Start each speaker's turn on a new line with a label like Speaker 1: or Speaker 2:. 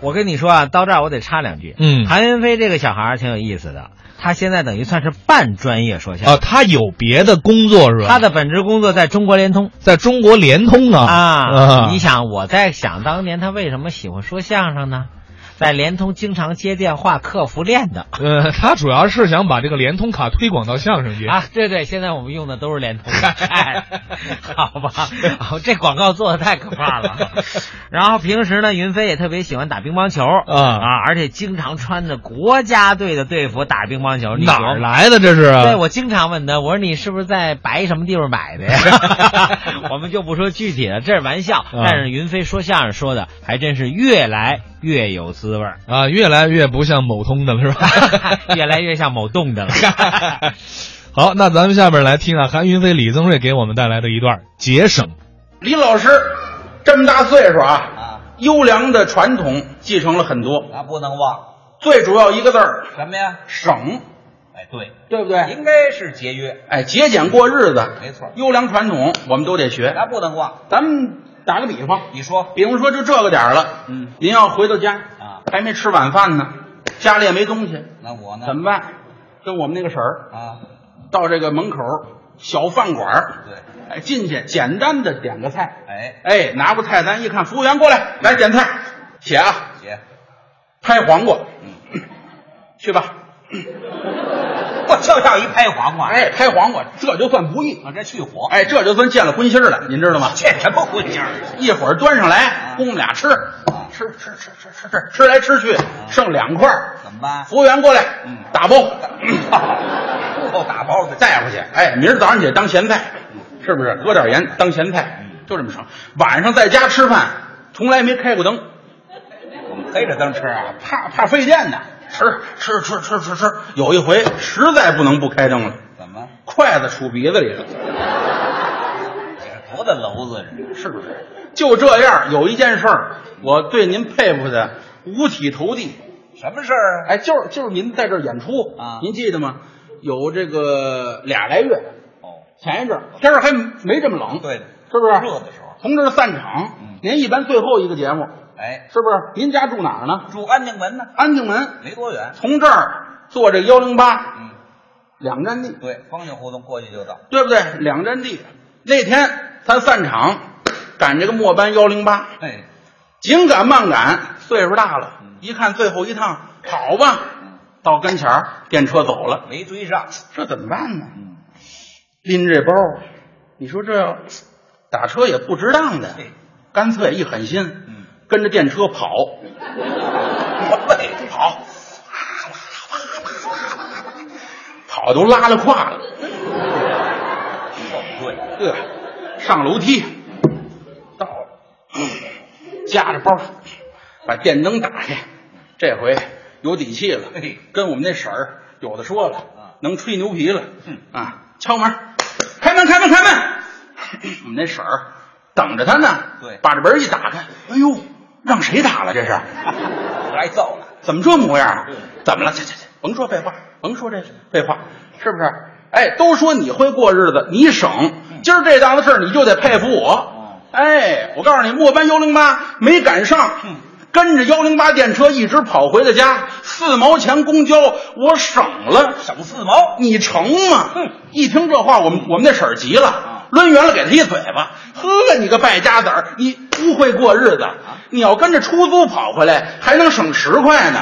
Speaker 1: 我跟你说啊，到这儿我得插两句。
Speaker 2: 嗯
Speaker 1: 韩云飞这个小孩儿挺有意思的，他现在等于算是半专业说相
Speaker 2: 啊，
Speaker 1: 声。
Speaker 2: 他有别的工作是吧？
Speaker 1: 他的本职工作在中国联通
Speaker 2: 在中国联通啊
Speaker 1: 啊，你想我在想当年他为什么喜欢说相声呢？在联通经常接电话客服练的
Speaker 2: 呃，他主要是想把这个联通卡推广到相声界。
Speaker 1: 啊，对对，现在我们用的都是联通 的，哎好吧、哦这广告做的太可怕了。然后平时呢，云飞也特别喜欢打乒乓球
Speaker 2: 啊
Speaker 1: 啊，而且经常穿着国家队的队服打乒乓球，你
Speaker 2: 哪
Speaker 1: 琢
Speaker 2: 儿
Speaker 1: 磨
Speaker 2: 来的这是？啊
Speaker 1: 对，我经常问他，我说你是不是在白什么地方买的呀？我们就不说具体了，这是玩笑。
Speaker 2: 嗯
Speaker 1: 但是云飞说相声说的还真是越来越有滋味儿，
Speaker 2: 啊，越来越不像某通的了是吧？
Speaker 1: 越来越像某动的了。
Speaker 2: 好，那咱们下边来听啊，韩云飞、李增瑞给我们带来的一段节省。
Speaker 3: 李老师这么大岁数啊，优良的传统继承了很多，
Speaker 4: 啊，不能忘
Speaker 3: 最主要一个字儿
Speaker 4: 什么呀？
Speaker 3: 省，
Speaker 4: 哎，对，
Speaker 3: 对不对？
Speaker 4: 应该是节约，
Speaker 3: 哎，节俭过日子，
Speaker 4: 没错
Speaker 3: 优良传统我们都得学。
Speaker 4: 那不能忘。
Speaker 3: 咱们打个比方，
Speaker 4: 你说
Speaker 3: 比方说就这个点儿了，
Speaker 4: 嗯，
Speaker 3: 您要回到家
Speaker 4: 啊，
Speaker 3: 还没吃晚饭呢，家里也没东西，
Speaker 4: 那我呢？
Speaker 3: 怎么办？跟我们那个婶儿
Speaker 4: 啊？
Speaker 3: 到这个门口小饭馆儿，
Speaker 4: 对，
Speaker 3: 哎，进去简单的点个菜，
Speaker 4: 哎，
Speaker 3: 哎，拿过菜单一看，服务员过来，来点菜，写啊。
Speaker 4: 姐，
Speaker 3: 拍黄瓜，
Speaker 4: 嗯
Speaker 3: 去吧。
Speaker 4: 我就要一拍黄瓜，，
Speaker 3: 哎，拍黄瓜，这就算不易。
Speaker 4: 啊我这去火，
Speaker 3: 哎，这就算见了荤腥儿了，您知道吗？
Speaker 4: 这什么荤腥儿？啊
Speaker 3: 一会儿端上来，供俩吃，吃吃吃吃吃吃，吃来吃去，剩两块儿。
Speaker 4: 啊怎么办？嗯
Speaker 3: 服务员过来，打包，
Speaker 4: 不够打包的，
Speaker 3: 带回去。哎，明儿早上起来当咸菜，
Speaker 4: 嗯
Speaker 3: 是不是？搁点盐当咸菜，就这么省。晚上在家吃饭，从来没开过灯，
Speaker 4: 我们黑着灯吃啊。
Speaker 3: 怕怕费电呢。吃吃吃吃吃吃，有一回实在不能不开灯了，
Speaker 4: 怎么？
Speaker 3: 筷子杵鼻子里了。
Speaker 4: 这多大篓子这是？
Speaker 3: 是不是？就这样，有一件事儿，我对您佩服的五体投地。
Speaker 4: 什么事儿啊？
Speaker 3: 哎，就是就是您在这儿演出
Speaker 4: 啊
Speaker 3: 您记得吗？有这个俩来月，
Speaker 4: 哦，
Speaker 3: 前一阵儿天儿还没这么冷，
Speaker 4: 对的
Speaker 3: 是不是？
Speaker 4: 热的时候
Speaker 3: 从这儿散场，
Speaker 4: 嗯
Speaker 3: 您一般最后一个节目
Speaker 4: 哎，
Speaker 3: 是不是？您家住哪儿呢？
Speaker 4: 住安定门呢，
Speaker 3: 安定门，
Speaker 4: 没多远。
Speaker 3: 从这儿坐这幺零八
Speaker 4: 嗯，
Speaker 3: 两站地，
Speaker 4: 对，方向胡同过去就到。
Speaker 3: 对不对？两站地。那天咱散场，赶这个末班幺零八，
Speaker 4: 哎，
Speaker 3: 紧赶慢赶，岁数大了，
Speaker 4: 嗯
Speaker 3: 一看最后一趟，跑吧，到跟前儿，电车走了，
Speaker 4: 没追上。
Speaker 3: 这怎么办呢？
Speaker 4: 嗯，
Speaker 3: 拎着这包，你说这要打车也不值当的
Speaker 4: 对，
Speaker 3: 干脆一狠心
Speaker 4: 嗯，
Speaker 3: 跟着电车 跑，
Speaker 4: 我累，
Speaker 3: 跑，跑都拉了胯 了，
Speaker 4: 我不对。
Speaker 3: 呵，上楼梯，到了，夹嗯着包，把电灯打开，这回有底气了
Speaker 4: 嘿，
Speaker 3: 跟我们那婶儿有的说了
Speaker 4: 啊，
Speaker 3: 能吹牛皮了
Speaker 4: 嗯，
Speaker 3: 啊，敲门，开门，开门，开门，我们那婶儿等着他呢，
Speaker 4: 对
Speaker 3: 把这门一打开，哎呦，让谁打了这是？
Speaker 4: 挨揍了。
Speaker 3: 怎么这模样啊
Speaker 4: 对？
Speaker 3: 怎么了？去去去，甭说废话，甭说这废话，是不是？哎，都说你会过日子，你省。今儿这档子事儿，你就得佩服我
Speaker 4: 嗯。
Speaker 3: 哎，我告诉你，末班幺零八没赶上，
Speaker 4: 嗯
Speaker 3: 跟着幺零八电车一直跑回的家，四毛钱公交我省了，
Speaker 4: 省四毛，
Speaker 3: 你成吗？
Speaker 4: 哼
Speaker 3: 一听这话，我们我们那婶儿急了
Speaker 4: 啊，
Speaker 3: 抡圆了给他一嘴巴。呵，你个败家子儿，你不会过日子！你要跟着出租跑回来，还能省十块呢。